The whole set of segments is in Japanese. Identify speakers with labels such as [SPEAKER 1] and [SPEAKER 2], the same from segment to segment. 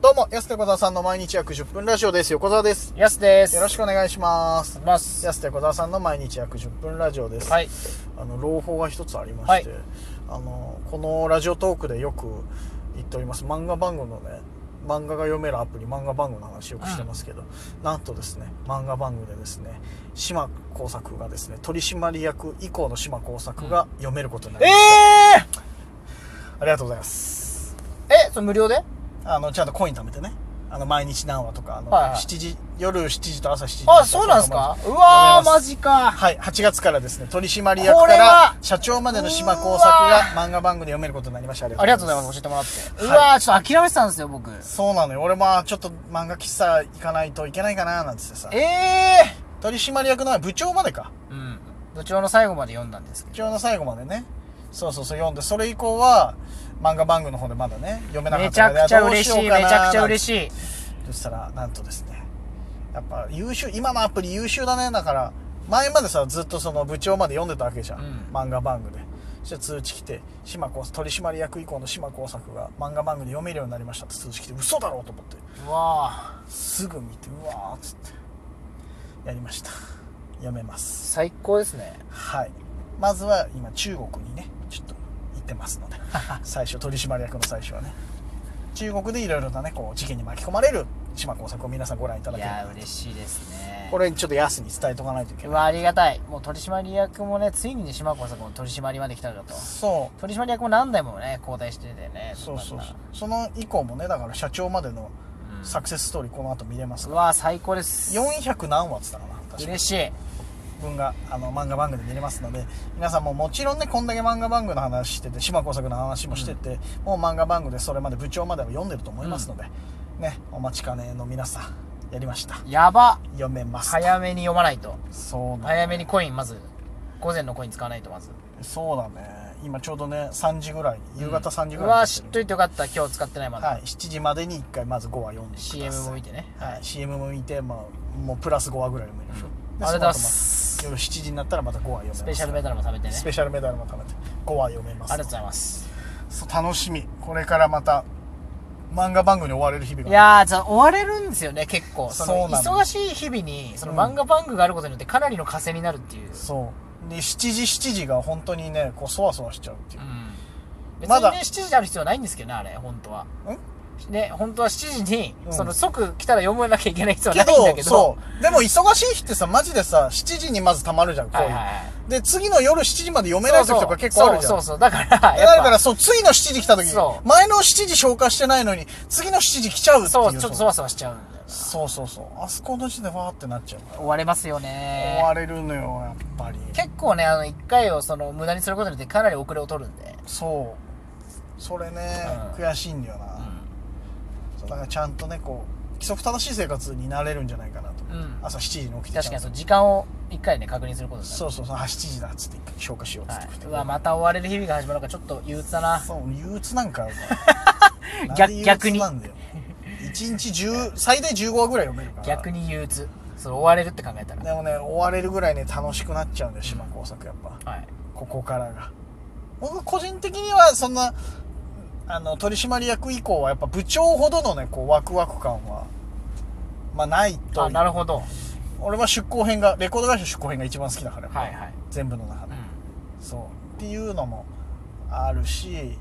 [SPEAKER 1] どうも、安手小沢さんの毎日約10分ラジオです。横澤です。
[SPEAKER 2] やすです。
[SPEAKER 1] よろし
[SPEAKER 2] く
[SPEAKER 1] くお願いします
[SPEAKER 2] お。願いしま
[SPEAKER 1] 安手小沢さんの毎日約10分ラジオです。
[SPEAKER 2] す。はい。
[SPEAKER 1] あの、朗報が一つありまして、
[SPEAKER 2] は
[SPEAKER 1] あの、このラジオトークでよく言っております、漫画番号のね、漫画が読めるアプリ、漫画番号の話よくしてますけど、なんとですね、漫画番組でですね、島耕作がですね、取締役以降の島耕作が読めることにな
[SPEAKER 2] え
[SPEAKER 1] りました。
[SPEAKER 2] え
[SPEAKER 1] ありがとうございます。
[SPEAKER 2] え、それ無料で
[SPEAKER 1] あの、ちゃんとコイン貯めてね。あの、毎日何話とか、あの、
[SPEAKER 2] はいはい
[SPEAKER 1] 7時、夜7時と朝7時
[SPEAKER 2] あ、そうなんですかう
[SPEAKER 1] 読め
[SPEAKER 2] わー、
[SPEAKER 1] ま
[SPEAKER 2] マ
[SPEAKER 1] す
[SPEAKER 2] ジか。
[SPEAKER 1] はい、8月からですね、取締役
[SPEAKER 2] こ
[SPEAKER 1] か
[SPEAKER 2] れ
[SPEAKER 1] ら
[SPEAKER 2] は
[SPEAKER 1] 社長までの島工作が漫画番組で読めることになりました。あり
[SPEAKER 2] ありがとうございます。教えてもらって。うわー、ちょっと諦めてたんですよ、僕。
[SPEAKER 1] そうなのよ。俺もちょっと漫画喫茶行かないといけないかな、なんつってさ
[SPEAKER 2] え。え
[SPEAKER 1] 取締役の部長までか。
[SPEAKER 2] ー。うん。どちらの最後まで読んだんですけ
[SPEAKER 1] 部長の最後までね。そうそうそう、読んで、それ以降は、漫画番組の方でまだね、読めな
[SPEAKER 2] ど。
[SPEAKER 1] か
[SPEAKER 2] め
[SPEAKER 1] っ
[SPEAKER 2] ち
[SPEAKER 1] た
[SPEAKER 2] ゃくちゃ嬉しい、めちゃくちゃ
[SPEAKER 1] しい。
[SPEAKER 2] 嬉しい。
[SPEAKER 1] そしたら、なんとですね、やっぱ優秀、今のアプリ優秀だね。だから、前までさ、ずっとその部長まで読んでたわけじゃん。
[SPEAKER 2] うん
[SPEAKER 1] 漫画番組で。そしたら通知来て、島耕取締役以降の島耕作が漫画番組で読めるようになりましたって通知来て、嘘だろうと思って、
[SPEAKER 2] うわー、
[SPEAKER 1] すぐ見て、うわーっつって、やりました。読めます。
[SPEAKER 2] 最高ですね。
[SPEAKER 1] はい。まずは今、中国にね、ちょっと行ってます ので、最初、取締役の最初はね。中国でいろいろなね、こう、事件に巻き込まれる島耕作を皆さんご覧いただ
[SPEAKER 2] い
[SPEAKER 1] ければ
[SPEAKER 2] や
[SPEAKER 1] な
[SPEAKER 2] ー、
[SPEAKER 1] と
[SPEAKER 2] 嬉しいですね。
[SPEAKER 1] これちょっとヤスに伝えとかないといけ
[SPEAKER 2] う
[SPEAKER 1] ない
[SPEAKER 2] わー、ありがたい。もう取締役もね、ついにね、島子さんも取締りまで来たんだと。
[SPEAKER 1] そ
[SPEAKER 2] 取締役も何代もね、交代しててね。
[SPEAKER 1] うそうそうそう
[SPEAKER 2] う
[SPEAKER 1] その以降もねだから社長までの
[SPEAKER 2] ん
[SPEAKER 1] サクセスストーリーこの後見れます
[SPEAKER 2] う
[SPEAKER 1] か
[SPEAKER 2] わー、最高です。
[SPEAKER 1] ら400何話っつったかな確か
[SPEAKER 2] 嬉しい。
[SPEAKER 1] 分があの漫画番組で見れますので皆さんももちろんねこんだけ漫画番組の話してて島耕作の話もしてて、もう漫画番組でそれまで部長までは読んでると思いますので、ねお待ちかねの皆さんやりました
[SPEAKER 2] やば
[SPEAKER 1] 読めます
[SPEAKER 2] 早めに読まないと
[SPEAKER 1] そうな
[SPEAKER 2] 早めにコインまず午前のコイン使わないとまず
[SPEAKER 1] そうだね今ちょうどね3時ぐらい夕方3時
[SPEAKER 2] う
[SPEAKER 1] ぐらい
[SPEAKER 2] わ
[SPEAKER 1] に撮
[SPEAKER 2] 知って
[SPEAKER 1] る
[SPEAKER 2] といてよかった今日使ってないまだ、
[SPEAKER 1] はい、7時までに1回まず5話読んでください
[SPEAKER 2] CM も見てね
[SPEAKER 1] はい、CM も見て、まあ、もうプラス5話ぐらい読めるでしょ、で
[SPEAKER 2] ありがとうございます
[SPEAKER 1] その後また夜7時になったらまた5話読めます
[SPEAKER 2] スペシャルメダルも食べてね
[SPEAKER 1] スペシャルメダルも食べて5話読めま
[SPEAKER 2] あ
[SPEAKER 1] す
[SPEAKER 2] りがとうございます
[SPEAKER 1] そう楽しみこれからまた漫画番組に追われる日々が
[SPEAKER 2] いやーじゃあ追われるんですよね結構そ
[SPEAKER 1] そう
[SPEAKER 2] の
[SPEAKER 1] なの
[SPEAKER 2] 忙しい日々にその漫画番組があることによってかなりの稼になるっていう、
[SPEAKER 1] そうで7時7時が本当にねこうそわそわしちゃうっていう
[SPEAKER 2] う、ん別
[SPEAKER 1] ま
[SPEAKER 2] に
[SPEAKER 1] だ
[SPEAKER 2] ね7時にある必要ないんですけどねあれ本当は
[SPEAKER 1] うん
[SPEAKER 2] ね本当は7時に、
[SPEAKER 1] うん
[SPEAKER 2] その即来たら読まなきゃいけない必要
[SPEAKER 1] け
[SPEAKER 2] はないんだ
[SPEAKER 1] ど
[SPEAKER 2] けど
[SPEAKER 1] そうでも忙しい日ってさマジでさ7時にまずたまるじゃんこう、
[SPEAKER 2] はいいうはいはい
[SPEAKER 1] で次の夜7時まで読めない時とか結構あるじゃん
[SPEAKER 2] そうそうそうそうだから
[SPEAKER 1] だから、そう、次の7時来た時
[SPEAKER 2] そ、う
[SPEAKER 1] 前の7時消化してないのに、次の7時来ちゃうっていう。
[SPEAKER 2] そう、ちょっとそ
[SPEAKER 1] そう。
[SPEAKER 2] わそわしちゃうんだよな。
[SPEAKER 1] そうそうそう。あそこの時でわーってなっちゃうから。
[SPEAKER 2] 追われますよ
[SPEAKER 1] 追わ
[SPEAKER 2] ね。
[SPEAKER 1] れるのよ、やっぱり。
[SPEAKER 2] 結構ね、あの、一回をその、無駄にすることによってかなり遅れを取るんで。
[SPEAKER 1] そう。それね、
[SPEAKER 2] うん
[SPEAKER 1] 悔しいんだよな、そうだからちゃんとね、こう、規則正しい生活になれるんじゃないかなと。
[SPEAKER 2] うん
[SPEAKER 1] 朝7時に起きて
[SPEAKER 2] 確かに
[SPEAKER 1] ち
[SPEAKER 2] そ
[SPEAKER 1] ゃんと
[SPEAKER 2] の時間を一回ね、確認することになる。
[SPEAKER 1] そうそうそう、あ、7時だっつって消化しようっつっ
[SPEAKER 2] は
[SPEAKER 1] て
[SPEAKER 2] い。うわ、また追われる日々が始まるのからちょっと憂鬱だな。
[SPEAKER 1] そう、憂鬱なんかあるから
[SPEAKER 2] 逆
[SPEAKER 1] なんで憂鬱なんだよ。1日10、最大15話ぐらい読めるから。
[SPEAKER 2] 逆に憂鬱。その、追われるって考えたら。
[SPEAKER 1] でもね追われるぐらいね楽しくなっちゃうんだよ島工作やっぱ
[SPEAKER 2] はい。
[SPEAKER 1] ここからが僕個人的にはそんなあの取締役以降はやっぱ部長ほどのねこうワクワク感はまあないと
[SPEAKER 2] あ、なるほど。
[SPEAKER 1] 俺は出向編がレコード会社出向編が一番好きだから、
[SPEAKER 2] はいはい。
[SPEAKER 1] 全部の中
[SPEAKER 2] う
[SPEAKER 1] で
[SPEAKER 2] ん。
[SPEAKER 1] そうっていうのもあるし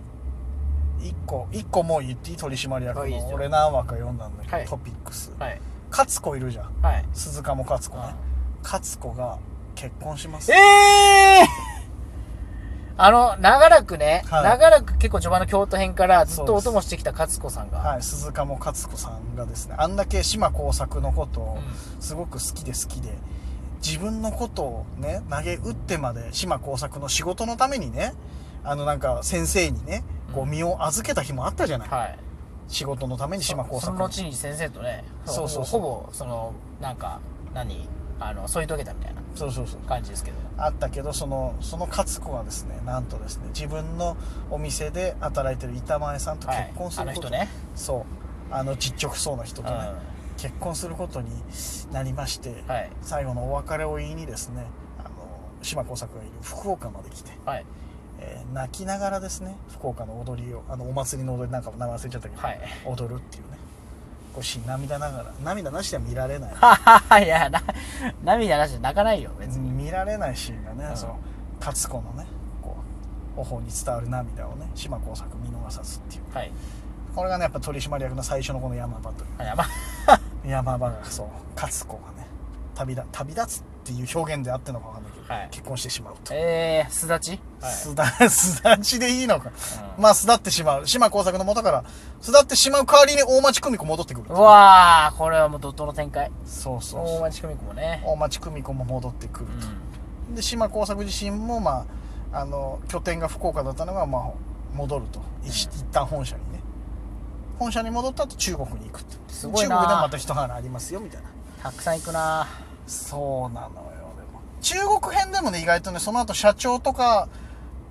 [SPEAKER 1] 一個一個もう言っていい取締役
[SPEAKER 2] あいいです
[SPEAKER 1] の
[SPEAKER 2] よ
[SPEAKER 1] 俺何話か読んだんだけど、
[SPEAKER 2] はい
[SPEAKER 1] トピックス
[SPEAKER 2] はい。
[SPEAKER 1] 勝子いるじゃん
[SPEAKER 2] はい。
[SPEAKER 1] 鈴鹿も勝子ね勝子が結婚します
[SPEAKER 2] ええあの、長らくね、
[SPEAKER 1] はい
[SPEAKER 2] 長らく結構序盤の京都編からずっとお供してきた勝子さんが、
[SPEAKER 1] はい、鈴鹿も勝子さんがですねあんだけ島耕作のことを
[SPEAKER 2] う
[SPEAKER 1] すごく好きで好きで自分のことをね投げ打ってまで島耕作の仕事のためにねあのなんか先生にねこう身を預けた日もあったじゃない、
[SPEAKER 2] はい。
[SPEAKER 1] 仕事のために島耕
[SPEAKER 2] そ
[SPEAKER 1] 作
[SPEAKER 2] の後に先生とね、
[SPEAKER 1] そうそうそう
[SPEAKER 2] ほぼ、ほぼその、なんか、何、あの、添い遂げたみたいな
[SPEAKER 1] そうそうそう
[SPEAKER 2] 感じですけど。
[SPEAKER 1] あったけどそのその勝子がですねなんとですね自分のお店で働いてる板前さんと
[SPEAKER 2] は
[SPEAKER 1] 結
[SPEAKER 2] い。
[SPEAKER 1] 婚す
[SPEAKER 2] あ
[SPEAKER 1] る
[SPEAKER 2] の
[SPEAKER 1] こと、
[SPEAKER 2] 人ね。
[SPEAKER 1] そうあのちっちゃくそうな人
[SPEAKER 2] うん。
[SPEAKER 1] とね、
[SPEAKER 2] は
[SPEAKER 1] 結婚することになりまして、
[SPEAKER 2] い。
[SPEAKER 1] 最後のお別れを言いにですねあの島耕作がいる福岡まで来て、
[SPEAKER 2] はい。
[SPEAKER 1] えー泣きながらですね福岡の踊りをあのお祭りの踊りなんかも名前忘れちゃったけど、
[SPEAKER 2] はい
[SPEAKER 1] 踊るっていうねこし涙ながら涙なしでは見られない
[SPEAKER 2] はは はいやな涙なしで泣かないよ別に、
[SPEAKER 1] 見られないシーンがね、
[SPEAKER 2] うん
[SPEAKER 1] その勝子のねこう頬に伝わる涙をね島耕作見逃さずっていう
[SPEAKER 2] はい
[SPEAKER 1] これがねやっぱ取締役の最初のこの山場とい
[SPEAKER 2] あやばいう
[SPEAKER 1] 山場がそう勝子がね旅立旅立つっていう表現であってんのか分かんないけど、
[SPEAKER 2] はい
[SPEAKER 1] 結婚してしまうと、
[SPEAKER 2] えー、すだち、はい
[SPEAKER 1] すだ すだちでいいのか、
[SPEAKER 2] うん
[SPEAKER 1] まあ巣立ってしまう島耕作の元から巣立ってしまう代わりに大町久美子戻ってくる
[SPEAKER 2] うわーこれはもう怒涛の展開
[SPEAKER 1] そうそう
[SPEAKER 2] 大
[SPEAKER 1] そう
[SPEAKER 2] 町久美子もね、
[SPEAKER 1] 大町久美子も戻ってくる
[SPEAKER 2] う
[SPEAKER 1] と、
[SPEAKER 2] ん、
[SPEAKER 1] で島耕作自身も、まあ、あの拠点が福岡だったのが、まあ、戻ると、一一旦本社にね本社に戻った後中国に行くと
[SPEAKER 2] すごいな
[SPEAKER 1] 中国でもまた一花ありますよみたいな
[SPEAKER 2] たくさん行くな
[SPEAKER 1] そうなのよでも中国編でもね意外とねその後社長とか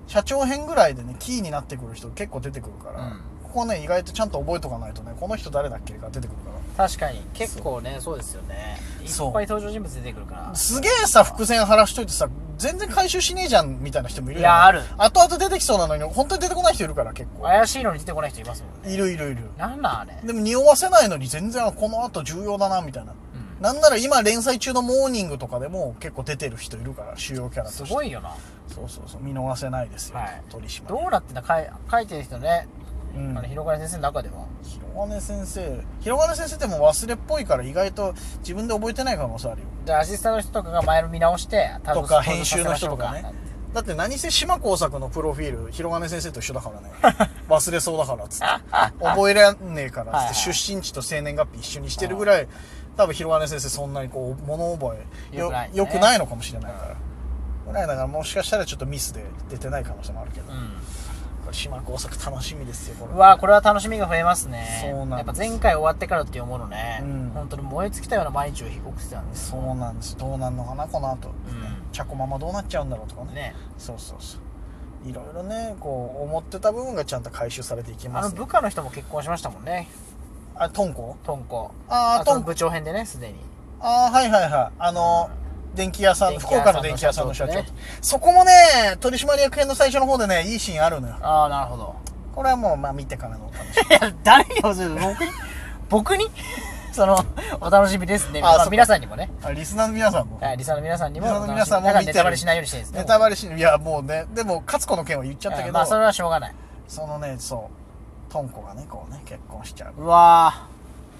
[SPEAKER 1] 社長編ぐらいでねキーになってくる人結構出てくるから、
[SPEAKER 2] うん
[SPEAKER 1] ここね意外とちゃんと覚えとかないとねこの人誰だっけが出てくるから
[SPEAKER 2] 確かに結構ねそうですよねいっ
[SPEAKER 1] そう
[SPEAKER 2] ぱい登場人物出てくるから
[SPEAKER 1] すげえさ伏線晴らしといてさ全然回収しねえじゃんみたいな人もいるよ、ね、
[SPEAKER 2] いやある
[SPEAKER 1] 後々出てきそうなのに本当に出てこない人いるから結構
[SPEAKER 2] 怪しいのに出てこない人いますもんね
[SPEAKER 1] いるいるいる
[SPEAKER 2] なんなんあれ、
[SPEAKER 1] でも匂わせないのに全然あこの後重要だなみたいな
[SPEAKER 2] うん、
[SPEAKER 1] なんなら今連載中のモーニングとかでも結構出てる人いるから主要キャラとし
[SPEAKER 2] す
[SPEAKER 1] て
[SPEAKER 2] ごいよな
[SPEAKER 1] そうそうそう見逃せないですよ、
[SPEAKER 2] はい
[SPEAKER 1] 取り締ま
[SPEAKER 2] どうなってんだかい書いてる人ね、
[SPEAKER 1] う
[SPEAKER 2] あ
[SPEAKER 1] ん
[SPEAKER 2] の広金先生の中では
[SPEAKER 1] 広金先生広金先生ってもう忘れっぽいから意外と自分で覚えてない可能性あるよ
[SPEAKER 2] でアシスタントの人とかが前の見直して多分
[SPEAKER 1] とか
[SPEAKER 2] そういう
[SPEAKER 1] 編集の人とかね
[SPEAKER 2] させましょ
[SPEAKER 1] だって何せ島耕作のプロフィール広金先生と一緒だから ね忘れそうだからっつって覚えらんねえからっつ
[SPEAKER 2] はい
[SPEAKER 1] って
[SPEAKER 2] はい
[SPEAKER 1] 出身地と生年月日一緒にしてるぐらい多分広金先生そんなにこう物覚え
[SPEAKER 2] よくないね
[SPEAKER 1] よくないのかもしれないからぐらいだからもしかしたらちょっとミスで出てない可能性もあるけど
[SPEAKER 2] うかうん
[SPEAKER 1] これ島耕作楽しみですよこれ
[SPEAKER 2] うわーこれは楽しみが増えますね
[SPEAKER 1] そうなんです
[SPEAKER 2] やっぱ前回終わってからっていうものね、
[SPEAKER 1] うん
[SPEAKER 2] 本当に燃え尽きたような毎日を送ってたんです
[SPEAKER 1] そうなんですどうなんのかなこの後、
[SPEAKER 2] ん
[SPEAKER 1] チャコママどうなっちゃうんだろうとかね
[SPEAKER 2] ね
[SPEAKER 1] そうそうそういろいろねこう思ってた部分がちゃんと回収されていき
[SPEAKER 2] あ
[SPEAKER 1] ま
[SPEAKER 2] の
[SPEAKER 1] すね
[SPEAKER 2] 部下の人も結婚しましたもんね
[SPEAKER 1] あトンコ
[SPEAKER 2] トンコ
[SPEAKER 1] ああ
[SPEAKER 2] そ
[SPEAKER 1] ト
[SPEAKER 2] の
[SPEAKER 1] ンコ
[SPEAKER 2] 部長編でねすでに
[SPEAKER 1] ああはいはいはいあの電気屋さん
[SPEAKER 2] 電気
[SPEAKER 1] 福
[SPEAKER 2] 屋さん
[SPEAKER 1] 岡
[SPEAKER 2] の
[SPEAKER 1] の電気屋さんの社長
[SPEAKER 2] 社長と
[SPEAKER 1] そこもね取締役編の最初の方でねいいシーンあるのよ
[SPEAKER 2] ああなるほど
[SPEAKER 1] これはもうまあ見てからのお楽しみ
[SPEAKER 2] いや誰にも僕に僕に そのお楽しみですね
[SPEAKER 1] あー
[SPEAKER 2] ま
[SPEAKER 1] そっ
[SPEAKER 2] あ、
[SPEAKER 1] か
[SPEAKER 2] 皆さんにもね
[SPEAKER 1] あリスナーの皆さんも
[SPEAKER 2] はいリサの皆さんにも
[SPEAKER 1] リサの皆さんも
[SPEAKER 2] お楽しみだ
[SPEAKER 1] 見てる
[SPEAKER 2] からネタバレしないようにしてるんですね
[SPEAKER 1] ネタバレしいやもうねでも勝子の件は言っちゃったけ
[SPEAKER 2] う
[SPEAKER 1] ど、
[SPEAKER 2] んまあそ
[SPEAKER 1] そ
[SPEAKER 2] れはしょうがない
[SPEAKER 1] のねそうトンコがねこうね結婚しちゃう
[SPEAKER 2] うわ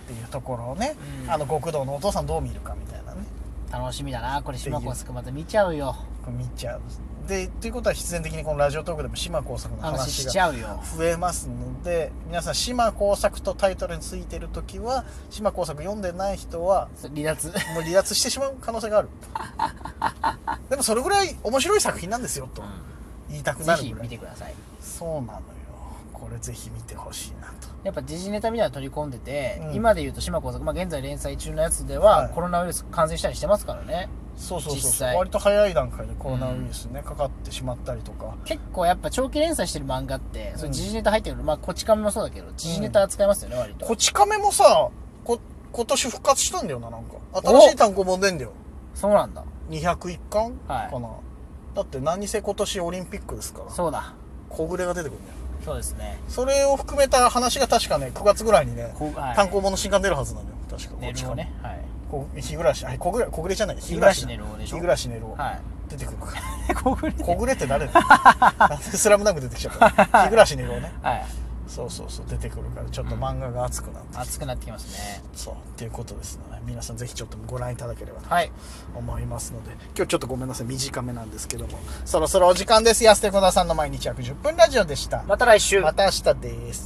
[SPEAKER 1] っていうところをね、
[SPEAKER 2] うん
[SPEAKER 1] あの極道のお父さんどう見るかみたいなね
[SPEAKER 2] ー楽しみだなこれ島耕作また見ちゃうよ
[SPEAKER 1] これ見ちゃうでということは必然的にこのラジオトークでも島耕作の
[SPEAKER 2] 話
[SPEAKER 1] 話
[SPEAKER 2] し
[SPEAKER 1] が
[SPEAKER 2] ちゃうよ
[SPEAKER 1] 増えますので皆さん「島工作」とタイトルについてる時は島工作読んでない人は
[SPEAKER 2] そ離脱
[SPEAKER 1] もう離脱してしまう可能性があ るでもそれぐらい面白い作品なんですよと言いたく
[SPEAKER 2] ぜ
[SPEAKER 1] なる
[SPEAKER 2] ひ
[SPEAKER 1] ぐら
[SPEAKER 2] 見
[SPEAKER 1] い
[SPEAKER 2] てください
[SPEAKER 1] そうなのよこれぜひ見てほしいなと
[SPEAKER 2] やっぱ時事ネタみたいなの取り込んでて、
[SPEAKER 1] うん
[SPEAKER 2] 今で言うと島耕作、まあ、現在連載中のやつでは、
[SPEAKER 1] はい
[SPEAKER 2] コロナウイルス感染したりしてますからね
[SPEAKER 1] そうそうそう
[SPEAKER 2] 実
[SPEAKER 1] そう
[SPEAKER 2] 際
[SPEAKER 1] 割と早い段階でコロナウイルスね、かかってしまったりとか
[SPEAKER 2] 結構やっぱ長期連載してる漫画って、そううん時事ネタ入ってくるまあこち亀もそうだけど時事ネタ扱いますよね、割と
[SPEAKER 1] こち亀もさこ今年復活したんだよななんか新しい単行本出んだよ
[SPEAKER 2] そうなんだ
[SPEAKER 1] 201巻かな、
[SPEAKER 2] はい
[SPEAKER 1] だって何せ今年オリンピックですから
[SPEAKER 2] そうだ
[SPEAKER 1] 小暮が出てくるんだよ
[SPEAKER 2] そうですね
[SPEAKER 1] それを含めた話が確かね9月ぐらいにね
[SPEAKER 2] こうはい
[SPEAKER 1] 単行本の新刊出るはずなのよ確か
[SPEAKER 2] 寝るをねはい
[SPEAKER 1] こう日暮らしあ日暮ら小暮じゃない日
[SPEAKER 2] 日暮らし寝ろでしょ
[SPEAKER 1] 日暮らし寝ろ、
[SPEAKER 2] はい
[SPEAKER 1] 出てくるから
[SPEAKER 2] こぐれ
[SPEAKER 1] 小暮って誰だ よなんでスラムダンク出てきちゃったの日暮らし寝ろね
[SPEAKER 2] はい
[SPEAKER 1] そうそうそう出てくるからちょっと漫画が熱くなって、
[SPEAKER 2] 熱くなってきますね
[SPEAKER 1] そうっていうことですので皆さんぜひちょっとご覧いただければと
[SPEAKER 2] はい
[SPEAKER 1] 思いますので今日ちょっとごめんなさい短めなんですけどもそろそろお時間です安手小田さんの毎日約10分ラジオでした
[SPEAKER 2] また来週
[SPEAKER 1] また明日です